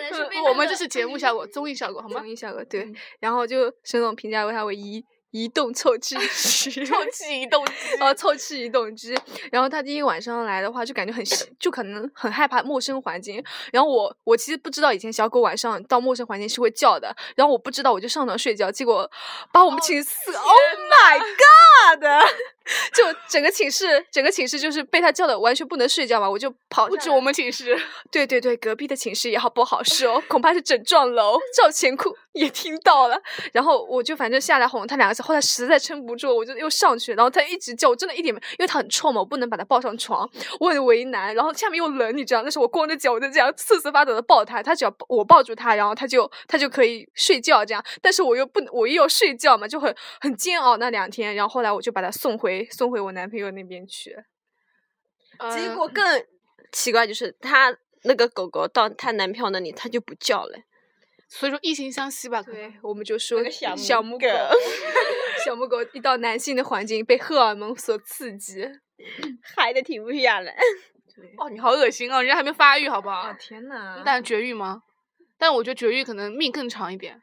S4: 能 是被
S3: 我们这是节目效 果，综艺效果，好吗
S5: 综？艺效果
S3: 嗯
S5: 对。然后就沈总评价为它为移移动臭气 池。
S3: 臭气一动机，
S5: 哦，臭气一动之。然后他第一晚上来的话，就感觉很 吓就可能很害怕陌生环境。然后我我其实不知道以前小狗晚上到陌生环境是会叫的，然后我不知道我就上床睡觉，结果把我
S3: 哦
S5: 们寝室、Oh my God！就 整个寝室，整个寝室就是被他叫的完全不能睡觉嘛，我就跑
S3: 不
S5: 下
S3: 止
S5: 来
S3: 我们寝室，
S5: 对对对，隔壁的寝室也好不好受，恐怕是整幢楼赵 钱库也听到了。然后我就反正下来哄他两个小时，后来实在撑不住，我就又上去，然后他一直叫，我真的一点没，因为他很臭嘛，我不能把他抱上床，我很为难。然后下面又冷，你知道，那时候我光着脚，我就这样瑟瑟发抖的抱他，他只要抱我抱住他，然后他就他就可以睡觉这样。但是我又不能，我又要睡觉嘛，就很很煎熬那两天。然后后来我就把他送回送回我男朋友那边去。呃
S2: 结果更奇怪就是，她那个狗狗到她男票那里，它就不叫了。
S3: 所以说异性相吸吧，可能
S5: 对，我们就说
S2: 个呃小母
S5: 母
S2: 狗
S5: 狗，小母狗一到男性的环境被荷尔蒙所刺激。
S2: 嗨的停不下来。
S3: 哦，你好恶心哦，人家还没发育，好不好？
S5: 天呐
S3: 打算绝育吗？但我觉得绝育可能命更长一点，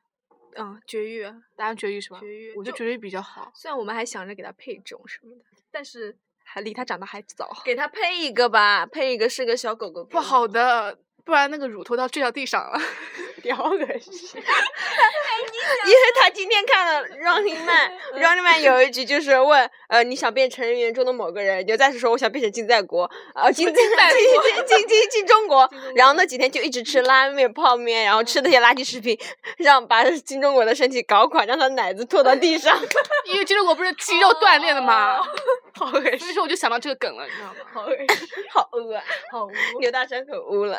S5: 嗯，绝育啊，
S3: 打算绝育是吧？
S5: 绝育
S3: 我觉得
S5: 就
S3: 绝育比较好。
S5: 虽然我们还想着给它配种什么的，但是还离它长得还早。
S2: 给它配一个吧，配一个是个小狗狗。
S3: 不好，的，不然那个乳头要坠到地上了。
S2: 屌恶心。因为他今天看了 Running Man，Running Man 有一局就是问，呃，你想变成员中的某个人？牛仔是说我想变成金在国，呃，金在金金金金中国。然后那几天就一直吃拉面、泡面，然后吃那些垃圾食品，让把金中国的身体搞垮，让他奶子拖到地上。
S3: 因为肌肉我不是肌肉锻炼的吗？
S5: 哦
S3: 好恶心！所以说我就想到这个梗了，你知道吗？
S2: 好污啊！好污！刘大神可污了。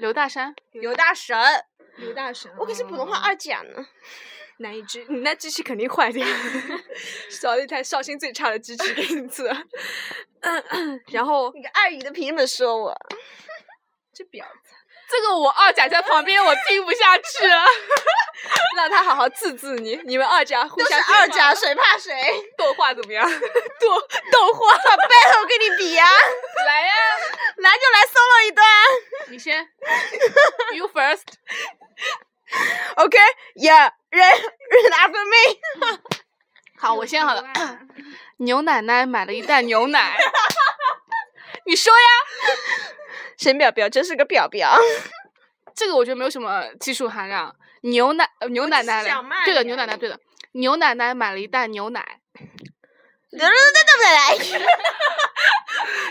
S3: 刘大山，
S2: 刘大神，
S5: 刘大神，
S2: 我可是普通话二甲呢。
S5: 难以支，你那机器肯定坏掉， 少了一台绍兴最差的机 器给你测。然后
S2: 你个二姨的凭什么说我？
S5: 这婊子，这个我二甲在旁边我听不下去啊 了，让他好好治治你，你们二甲互
S2: 都是
S5: 相
S2: 二甲谁怕谁
S5: 斗话怎 么样？斗斗话
S2: ？battle 跟你比呀、
S5: 来呀、
S2: 来就来 solo 一段。
S5: 你先，you first。
S2: OK, yeah, run, run after me.
S3: 好，我先好 了。
S4: 了。
S3: 牛奶奶买了一袋 牛奶，你说呀，
S2: 沈表表真是个表表，
S3: 这个我觉得没有什么技术含量。牛奶，呃牛奶奶
S2: 只是想卖
S3: 来，对的，
S2: 你
S3: 牛
S2: 而
S3: 奶奶，
S2: 已
S3: 对的，牛奶奶买了一袋牛奶
S2: 对对对对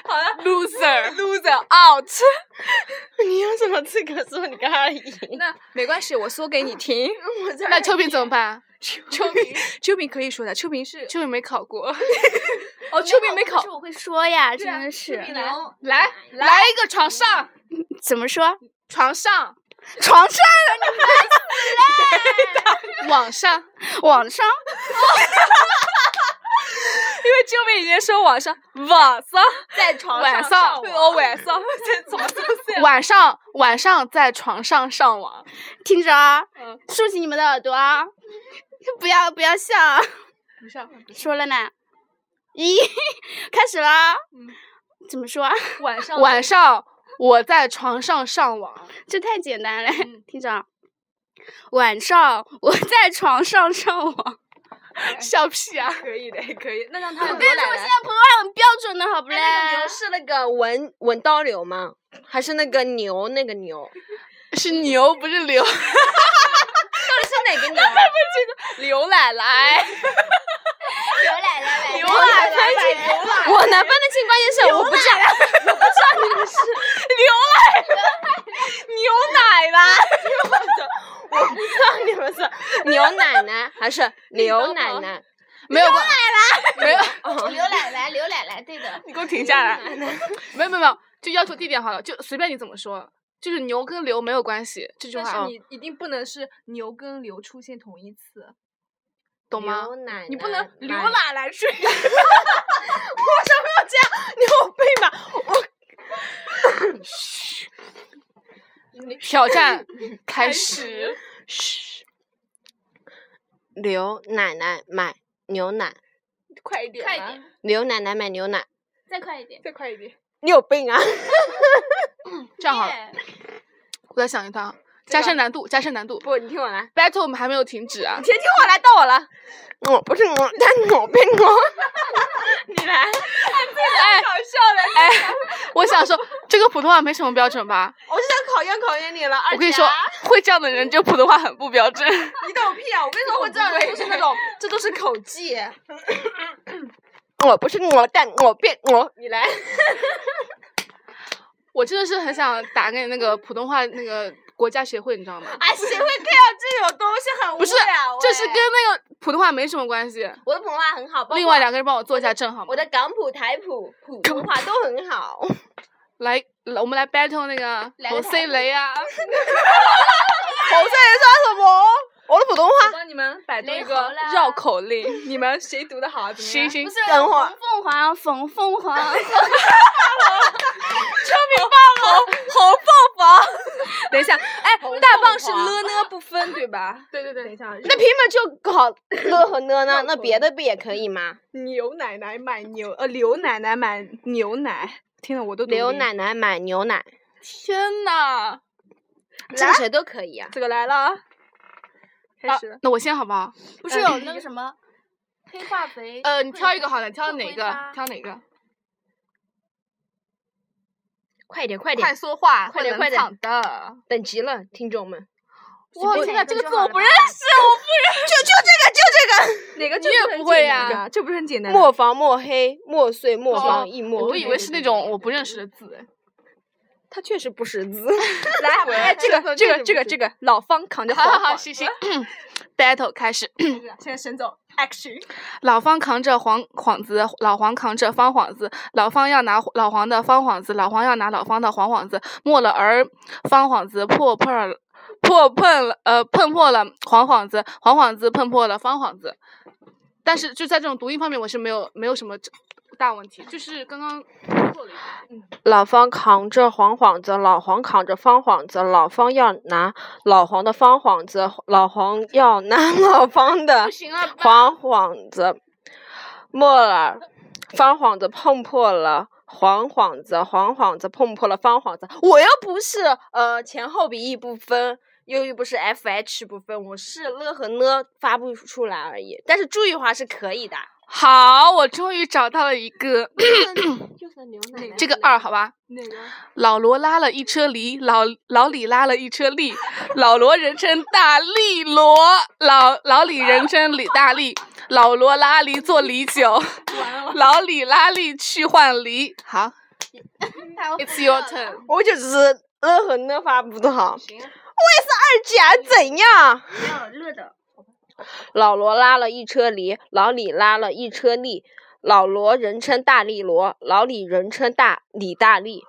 S2: 对，
S3: ，loser。
S5: loser out。
S2: 你有什么资格说你跟他赢？
S5: 那没关系，我说给 你听。
S3: 那秋萍怎么办？啊
S5: 秋萍，秋萍可以说的，秋萍是
S3: 秋萍没考 过，
S5: 哦，秋萍没考
S4: 是，我会说呀，
S5: 对啊
S4: 真的是。
S3: 来来一个床 上，
S4: 怎么说？
S3: 床上，啊
S4: 床上、
S3: 网上，
S4: 网上、
S5: 因为秋萍已经说晚上，晚上，
S2: 在床
S3: 晚上上
S5: 对哦，晚上在床上睡。
S3: 晚上晚上在床上上网，
S4: 听着啊，竖起你们的耳朵啊， 不要不要笑啊，
S3: 不上
S4: 说了呢。咦， 开始啦！怎么说啊？
S5: 晚上
S3: 晚上我在床上上网，
S4: 这太简单了， 听着啊。晚上我在床上上网，我
S3: 笑屁啊！
S5: 可以的，可以。那让他
S2: 跟你
S4: 现在普通话很标准的，好不嘞？
S2: 那个牛是那个文文刀流吗？还是那个牛那个牛？
S3: 是牛不是牛。
S2: 到底是哪个牛啊？
S5: 刘奶奶，
S4: 牛奶奶呗，
S5: 牛奶奶，我能分得清关键是我不知道，我不知道你们 是牛奶牛奶吧？
S2: 我不知道你们 是牛奶奶还是刘奶奶？
S3: 没有关，没有，
S2: 哦
S4: 牛奶奶，牛奶奶，对 的。
S3: 你给我停下来。没有没有没有，就要求地点好了，就随便你怎么说，就是牛跟牛没有关系，这句
S5: 但
S3: 话
S5: 是
S3: 啊
S5: 你一定不能是牛跟刘出现同义词，
S3: 懂吗？
S2: 牛奶奶，
S5: 你不能刘
S2: 奶
S5: 奶奶睡。
S2: 牛背吧？
S3: 挑战 开始，
S2: 刘奶奶买牛奶，
S5: 快一点，
S4: 快一点，啊
S2: 刘奶奶买牛奶，
S4: 再快一点。
S5: 再快一点。
S2: 你有病啊！
S3: 这样好了，我再想一套，加深难度，加深难度。
S2: 不，你听我来，
S3: battle 我们还没有停止 啊！
S2: 听听我来，到我了。我不是我，但我变我。你来，
S5: 太搞笑了！
S3: 哎，我想说，这个普通话没什么标准吧？
S2: 我就想考验考验你了。二
S3: 我跟你
S2: 甲啊
S3: 说，会这样的人就普通话很不标准。
S2: 你懂屁啊！我跟你说，会这样的就是那种，这都是口技。我不是我，但我变我。你来，
S3: 我真的是很想打给那个普通话那个国家协会，你知道吗？
S2: 哎，谁会 care 这种东西？很无
S3: 不是
S2: 聊，
S3: 这是
S2: 哎
S3: 跟那个普通话没什么关系。
S2: 我的普通话很好，包
S3: 另
S2: 括
S3: 外两个人帮我做一下证好吗
S2: 我？的港普、台普、普通话都很好。
S3: 来，来我们来 battle 那个
S4: 来
S3: 侯
S4: 个
S3: 赛雷啊！
S2: 我在说什么？我的普通话
S5: 我帮你们百度一
S4: 雷猴
S5: 个
S4: 啦
S5: 绕口令，你们谁读的好？怎么
S3: 行
S5: 样？
S3: 行
S4: 不，是
S2: 等会儿
S4: 冯凤凰，冯凤凰，
S5: 红凤凰。等 一下，哎，大棒是了呢不分对吧？
S3: 对对对，
S2: 那凭什么就搞乐和呢呢？那别的不也可以吗？
S5: 牛奶奶买牛，呃，刘奶奶买牛奶。天呐，我都读
S2: 刘
S5: 晕
S2: 奶，奶买牛奶，
S3: 天呐！
S2: 这个谁都可以啊。
S5: 这个来了，开
S3: 啊
S5: 始。，
S3: 那我先好不好？
S4: 不是有那个什么黑化肥？
S3: 呃，你挑一个好 了，挑哪
S4: 会
S3: 个
S4: 发？
S3: 挑哪个？
S2: 快点，快
S3: 快
S2: 点，
S3: 说话，
S2: 快点
S3: 会
S2: 快点
S3: 冷场的。
S2: 等急了，听众们。
S3: 哇
S4: 随便
S3: 天
S4: 一
S3: 呐，
S4: 个
S3: 这个
S4: 就
S3: 字
S4: 好
S3: 我
S4: 了
S3: 不认
S4: 吧
S3: 识，
S5: 哪个
S3: 你也不会呀
S5: 呀？这不是很简单的？
S2: 莫防莫黑，莫碎莫
S3: 哦
S2: 防亦
S3: 我
S2: 莫
S3: 我
S2: 黑。
S3: 以为是那种我不认识的字。
S2: 他确实不识字。
S5: 来，哎，这个这个这个这个，老方扛着
S3: 好
S5: 黄
S3: 好好，
S5: 黄。
S3: 行 行，battle 开始。
S5: 现在沈总 action，
S3: 老方扛着黄幌子，老黄扛着方幌子，老方要拿老黄的方幌子，老黄要拿老方的黄幌子，没了儿方幌子破破了。破碰了，呃，碰破了黄幌子，黄幌子碰破了方幌子，但是就在这种读音方面，我是没有没有什么大问题，就是刚刚
S2: 老方扛着黄幌子，老黄扛着方幌子，老方要拿老黄的方幌子，老黄要拿 老方的
S4: 不行啊，爸
S2: 黄幌子。末了，方幌子碰破了黄幌子，黄幌子碰破了方幌子。我又不是呃前后鼻翼不分，又又不是 F H 不分，我是了和呢发不出来而已。但是注意话是可以的。
S3: 好，我终于找到了一个， 这个二，好吧？
S5: 哪个？
S3: 老罗拉了一车梨，老老李拉了一车栗，老罗人称大力罗，老老李人称李大力，老罗拉梨做梨酒，老李拉力去换梨。 好，It's your turn。
S2: 我就只是了和呢发不好。我也 是二甲，怎样？
S4: 没有乐的，
S2: 老罗拉了一车梨，老李拉了一车栗。老罗人称大力罗，老李人称大李大力，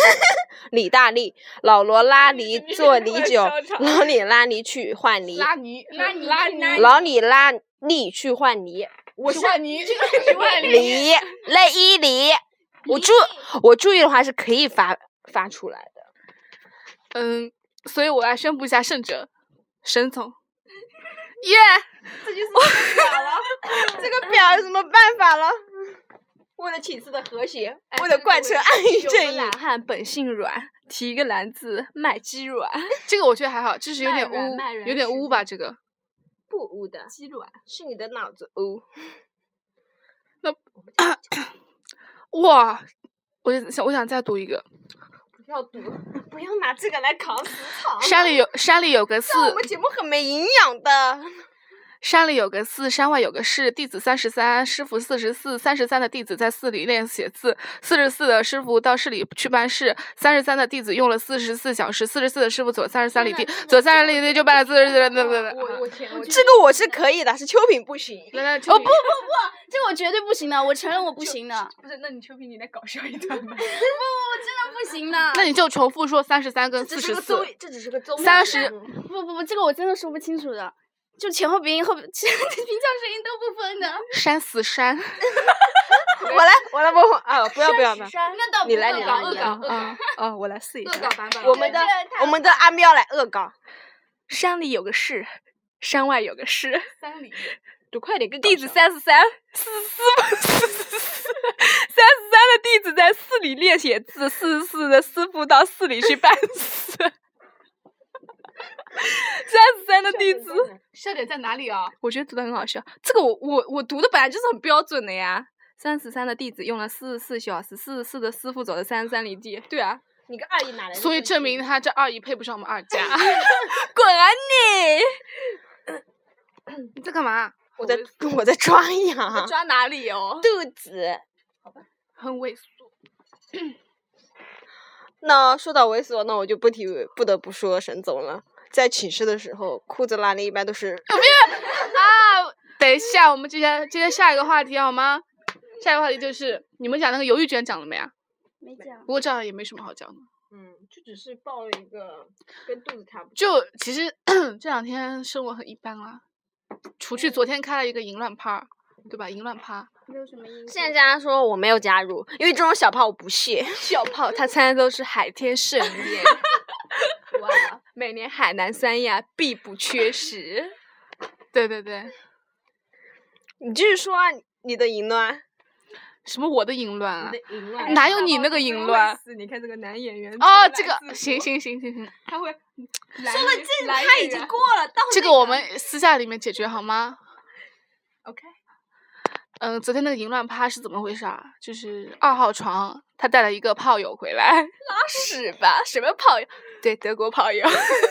S2: 李大力。老罗拉梨做 梨酒，老李拉梨去换梨，
S3: 拉泥，
S4: 拉泥
S3: 拉
S4: 去拉
S3: 泥，
S2: 老李拉栗去换梨，
S3: 我是换泥， 换梨。
S2: 梨那一 梨。我注我注意的话是可以发发出来的。
S3: 嗯，所以我来宣布一下胜者，沈总。耶、
S2: 这个表有什么办法了？为了寝室的和谐，哎为了贯彻爱与正义
S5: 懒，汉本性软，提一个篮子卖鸡软，
S3: 这个我觉得还好，就是有
S5: 卖
S3: 点
S5: 软
S3: 污
S5: 卖，软
S3: 有点
S5: 实
S3: 污吧。这个
S2: 不污的。
S5: 鸡软。
S2: 是你的脑子哦，
S3: 哇，我就想我想再读一个。
S2: 不要读，不要拿这个来扛死场。
S3: 山里有山里有个寺，
S2: 我们节目很没营养的。
S3: 山里有个寺，山外有个寺。弟子三十三，师傅四十四。三十三的弟子在寺里练写字，四十四的师傅到市里去办事。三十三的弟子用了四十四小时，四十四的师傅走三十三里地，走三十里地就办了四十
S4: 哦
S3: 四。对对对，
S5: 我我 天，我
S2: 这个我是可以的，是秋萍不行。
S3: 来来，秋
S4: 哦不不
S3: 萍
S4: 不，这个我绝对不行的，我承认我不行的，
S5: 不是，那你秋萍，你来搞笑一段 吧。
S4: 真的不行的。
S3: 那你就重复说三十三跟
S2: 这
S3: 四
S2: 是
S3: 十
S2: 个
S3: 四
S2: 综。艺，这只是个综艺
S3: 三
S2: 节
S3: 十
S2: 目
S4: 不不不，这个我真的说不清楚的，就前后鼻 音后平翘舌音都不分的。
S3: 山 死山，
S2: 我来，我来，我啊，不要不要不要，
S4: 那倒不
S2: 你来
S4: 会
S2: 你
S4: 吧
S2: 来
S4: 恶
S2: 你来
S4: 搞
S5: 恶搞，
S2: 哦，我来试一
S5: 恶搞
S2: 下。
S5: 版本。啊
S2: 我们的
S4: 这个太
S2: 我们的阿喵来恶搞，
S5: 山里有个市，山外有个市。
S3: 三里
S2: 读快点，更搞
S5: 弟子
S2: 笑
S5: 三十三，四四四四四，三十三的弟子在寺里练写字，四十四的师傅到寺里去办事。三十三的弟子，
S3: 笑点在哪里啊？
S5: 我觉得读的很好笑。这个我我我读的本来就是很标准的呀。三十三的弟子用了四十四小时，四十四的师傅走了三十三里地。对啊，
S2: 你跟二姨哪来的
S3: 所以
S2: 分
S3: 证明
S2: 数
S3: 他这二姨配不上我们二 家。
S5: 滚啊你！
S3: 你在干嘛？啊
S2: 我在我在抓
S5: 我
S2: 痒，
S5: 抓哪里哦？
S2: 肚子。
S3: 很猥琐。
S2: 那说到猥琐，那我就不提，不得不说沈总了。在寝室的时候，裤子拉链一般都是
S3: 啊，等一下，我们接下接下下一个话题好吗？下一个话题就是你们讲那个鱿鱼卷讲了没啊？
S4: 没讲
S3: 不。过这样也没什么好讲的。
S2: 嗯，就只是报了一个跟肚子差不多。
S3: 就其实 这两天生活很一般啦，除去昨天开了一个淫乱趴，对吧？淫乱趴，
S4: 没有什么音
S2: 现在家说我没有加入，因为这种小炮我不屑。
S5: 小炮，他参加都是海天盛宴，哇！每年海南三亚必不缺席。
S3: 对对对，
S2: 你继续说啊，你的淫乱，
S3: 什么我的淫乱啊？
S2: 淫
S3: 哎哪有你那个淫 乱？
S5: 你看这个男演员
S3: 哦，这个行，行行行行，
S5: 他会说了这
S2: 他已经过了，到
S3: 这个我们私下里面解决好吗？
S5: OK，
S3: 嗯，昨天那个淫乱趴是怎么回事啊？就是二号床他带了一个炮友回来，
S5: 拉屎吧？什么炮友？对，德国炮友。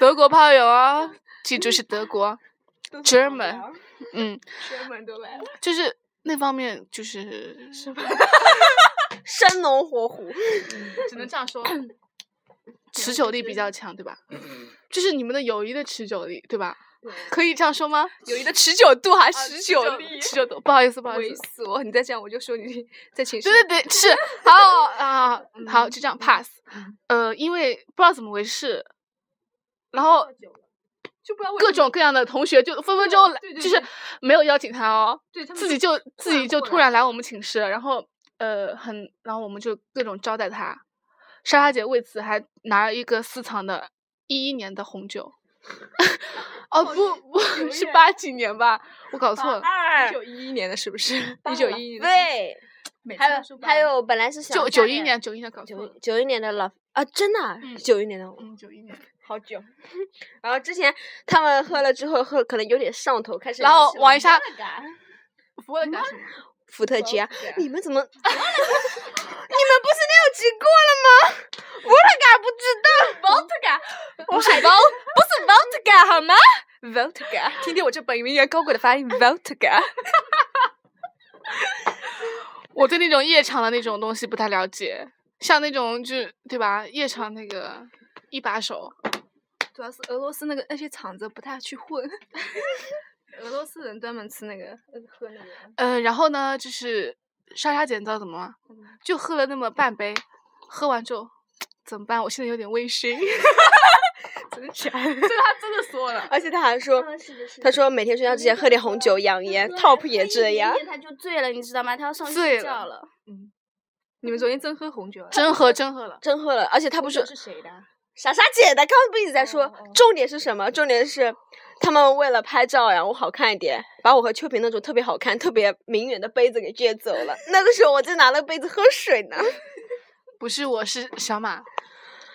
S3: 德国炮友哦，记住是德国，German，嗯，
S5: 哥们都来了，
S3: 就是那方面就是
S2: 生龙活 虎。
S3: 只能这样说，持久力比较强， 对吧？就是你们的友谊的持久力，对吧？可以这样说吗？啊
S5: 友谊的持久度还持
S3: 持
S5: 久
S3: 久
S5: 力。
S3: 持久度，不好意思，不好意
S5: 猥
S3: 思，
S5: 琐，你再这样我就 说你在嗯寝室
S3: 对对对，是好啊，好，就这样 pass。呃，因为不知道怎么回事，然后
S5: 就不要
S3: 各种各样的同学就分分钟来
S5: 对，对
S3: 就是
S5: 对
S3: 没有邀请他哦，
S5: 对他们
S3: 自己
S5: 就
S3: 就自己就
S5: 过
S3: 突
S5: 来
S3: 然来我们寝室，然后呃很，然后我们就各种招待他。莎莎姐为此还拿了一个私藏的一一年的红酒。 哦不不
S4: 久
S3: 是
S4: 远
S3: 八几年吧？我搞错了，
S2: 二
S5: 一九一一年的是不是？一九
S3: 1911
S5: 一一
S2: 对，
S5: 每
S2: 还
S5: 次
S2: 有还有，本来是想
S3: 九
S2: 夏
S3: 九一年九一年搞错
S2: 九
S3: 了，
S2: 九一年的老啊，真的啊
S3: 嗯
S2: 九一年的
S3: 嗯九一年。
S2: 好久。然后之前他们喝了之后，喝可能有点上头，开始
S3: 然后王一莎，
S5: 不会干什么？
S2: 伏特加
S5: 伏特加，
S2: 你们怎么？ 你们不是六级过了吗？伏特加不知道，伏特 加
S5: 不是 v 不是 v o d k a 好吗 v o d k a 听听我这本名媛高贵的发音 v o d k a
S3: 我对那种夜场的那种东西不太了解，像那种就是对吧？夜场那个一把手，
S5: 主要是俄罗斯那个那些厂子不太去混， 俄罗斯人专门吃那个呃喝那个。
S3: 呃，然后呢，就是莎莎姐，你知道怎么吗？
S5: 嗯
S3: 就喝了那么半杯，喝完之后怎么办？我现在有点微醺。
S5: 这个他真的说了，
S2: 而且他还说，
S4: 嗯是的是的
S2: 他说每天睡觉之前喝点红酒养颜，top 也这样。。
S4: 他就醉了，你知道吗？他要上去
S3: 醉
S4: 睡
S3: 了
S4: 觉了。
S5: 你们昨天真喝红酒啊？
S3: 真喝真喝了，
S2: 真喝了，而且他不
S5: 不
S2: 是
S5: 是谁的？
S2: 傻傻姐的，刚刚不一直在说
S5: 哦哦，
S2: 重点是什么？重点是他们为了拍照然后好看一点，把我和秋萍那种特别好看、特别明远的杯子给撅走了。那个时候我正拿了杯子喝水呢，
S3: 不是我是小马，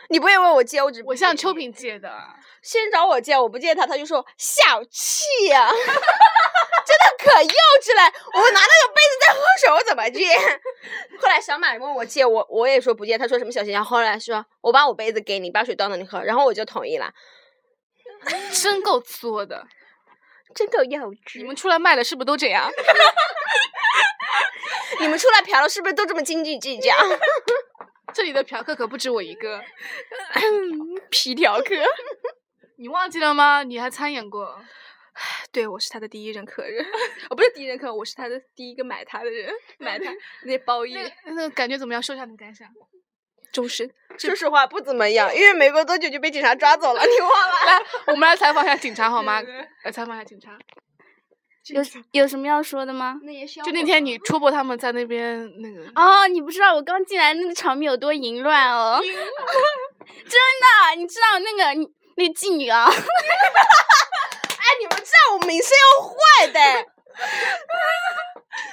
S2: 你不会问我借，我只
S3: 我向秋萍借的。啊
S2: 先找我借，我不借他，他就说小气呀、 真的可幼稚了。我拿那个杯子在喝水，我怎么借？ 后来小马问我借，我我也说不借，他说什么小心眼。后来说我把我杯子给你，把水倒那里喝，然后我就同意了。
S3: 真够作的！
S2: 真够幼稚！
S3: 你们出来卖的是不是都这样？
S2: 你们出来嫖了是不是都这么斤斤计较？
S3: 这里的嫖客可不止我一个，
S5: 皮条客，
S3: 你忘记了吗？你还参演过。
S5: 对我是他的第一任客人， 我不是第一任客，我是他的第一个买他的人，买他那包衣
S3: 那个那个感觉怎么样？说一下你的感想。
S5: 终身。
S2: 说实话不怎么样，因为没过多久就被警察抓走了，你忘 了？
S3: 来， 我们来采访一下警察好吗？来采访一下警察。
S4: 有有什么要说的吗？
S5: 那也是
S3: 就那天你戳破他们在那边那个，
S4: 哦，你不知道我刚进来那个场面有多淫乱哦！真 的，你知道那个你那个妓女啊，
S2: 哎，你们这样我名声要坏的。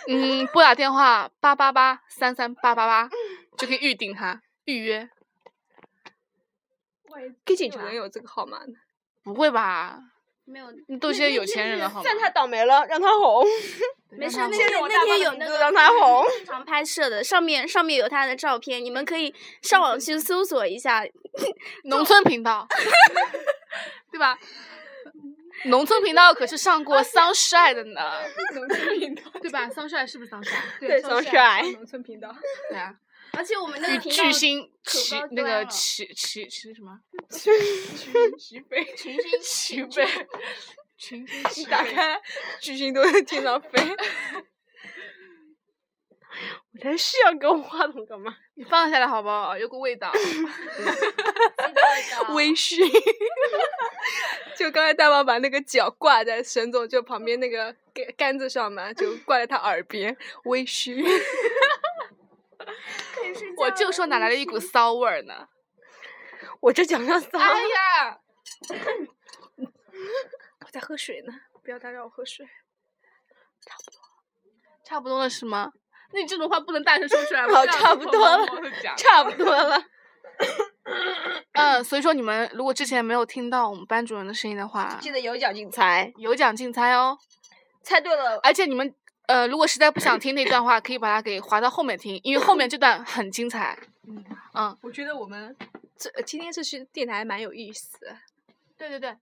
S3: 嗯，拨打电话八八八三三八八八就可以预定他预约。
S2: 给警
S5: 有人有这个号码呢，
S3: 不会吧？
S4: 没有，
S3: 你都一些有钱人了好吗
S2: 算？他倒霉了，让他红。
S4: 没事，
S3: 让
S4: 那
S3: 他
S4: 天
S2: 红
S4: 那天有那个
S2: 让他红
S4: 现场拍摄的，上面上面有他的照片，你们可以上网去搜索一下。
S3: 农村频道， 对吧？农村频道可是上过 Sunshine 的呢，
S5: 农村频道，
S3: 对吧？Sunshine 是不是 Sunshine？
S2: 对上
S5: 上
S2: 海
S5: 海农村频道，
S3: 对啊，
S4: 而且我们那
S3: 与
S4: 个频道
S3: 巨星齐
S4: 高
S3: 那
S4: 端
S3: 个
S4: 了
S3: 齐齐齐什么？
S5: 徐飞，
S4: 群星起
S5: 徐飞，
S3: 群星
S5: 你
S3: 齐
S5: 打
S3: 飞
S5: 开巨星都在天上飞，
S2: 我才是要跟我话筒干嘛？
S3: 你放下来好不好？有股味道。
S5: 微醺。就刚才大王把那个脚挂在沈总就旁边那个杆杆子上嘛，就挂在他耳边，微醺。
S3: 我就说哪来的一股骚味儿呢？
S2: 我这讲要骚，
S3: 哎呀，
S5: 我在喝水呢，不要打扰我喝水。
S3: 差不多了是吗？那你这种话不能大声说出来吗？
S5: 哦
S2: 好
S3: 这样
S2: 差
S3: 子
S2: 不
S3: 偷
S2: 多
S3: 摸
S2: 了
S3: 摸地讲
S2: 差不多了。
S3: 嗯，所以说你们如果之前没有听到我们班主任的声音的话，
S2: 记得有奖竞猜，
S3: 有奖竞猜哦。
S2: 猜对了
S3: 而且你们呃，如果实在不想听那段话，可以把它给划到后面听，因为后面这段很精彩。嗯，
S5: 我觉得我们这今天这期电台蛮有意思的，
S3: 对对对，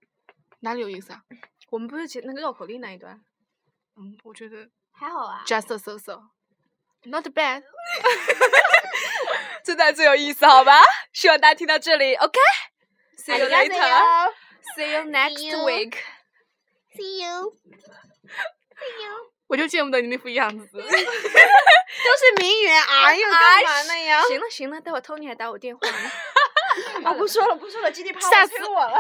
S3: 哪里有意思啊？
S5: 我们不是讲那个绕口令那一段，
S3: 嗯，我觉得
S4: 还好啊。
S3: just so so。Not bad，
S5: 这段最有意思，好吧？希望大家听到这里，OK。See you later. See you next
S4: you.
S5: week.
S4: See you。
S3: 我就见不得你那副样子。
S2: 都是名媛，哎呦干嘛那
S3: 啊
S2: 样？
S5: 行了行了，待会 Tony 还打我电话呢。
S2: 啊，不说了不说了，基地怕
S3: 下
S2: 我
S3: 次
S2: 催我了。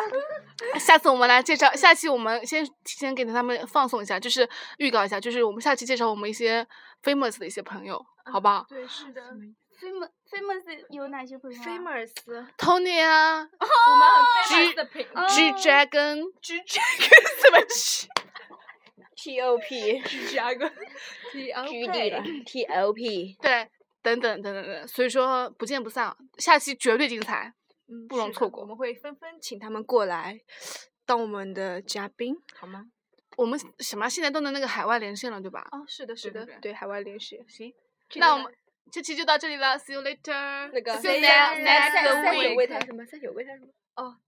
S3: 下次我们来介绍，下期我们先提前给他们放送一下，就是预告一下，就是我们下期介绍我们一些 famous 的一些朋友。
S5: 好不好？
S7: 对，是的，
S4: famous famous 有哪些葵花
S7: 菲莫尔斯，我
S3: Tony 啊
S5: 哦
S7: 们很 famous
S3: 橘
S7: 的品
S4: 哦
S3: ，G Dragon，
S7: G G 怎么 G
S2: T O P
S7: G 啊 个 T L
S2: G D 了 T L P，
S3: 对，等等等等等，所以说不见不散，下期绝对精彩，
S5: 嗯
S3: 不容错
S5: 我
S3: 过。
S5: 们会纷纷请他们过来当我们的嘉宾，好吗？
S3: 我们什么现在都能那个海外连线了，对吧？
S5: 哦，是的，是
S3: 对
S5: 的
S3: 对，
S5: 对海外联系。行，
S3: 那我们这期就到这里了，see you later，
S2: 那个
S3: see
S2: See
S3: you next
S2: next
S3: next
S2: week
S3: week。
S2: 什么？三九为他什么？
S5: 哦，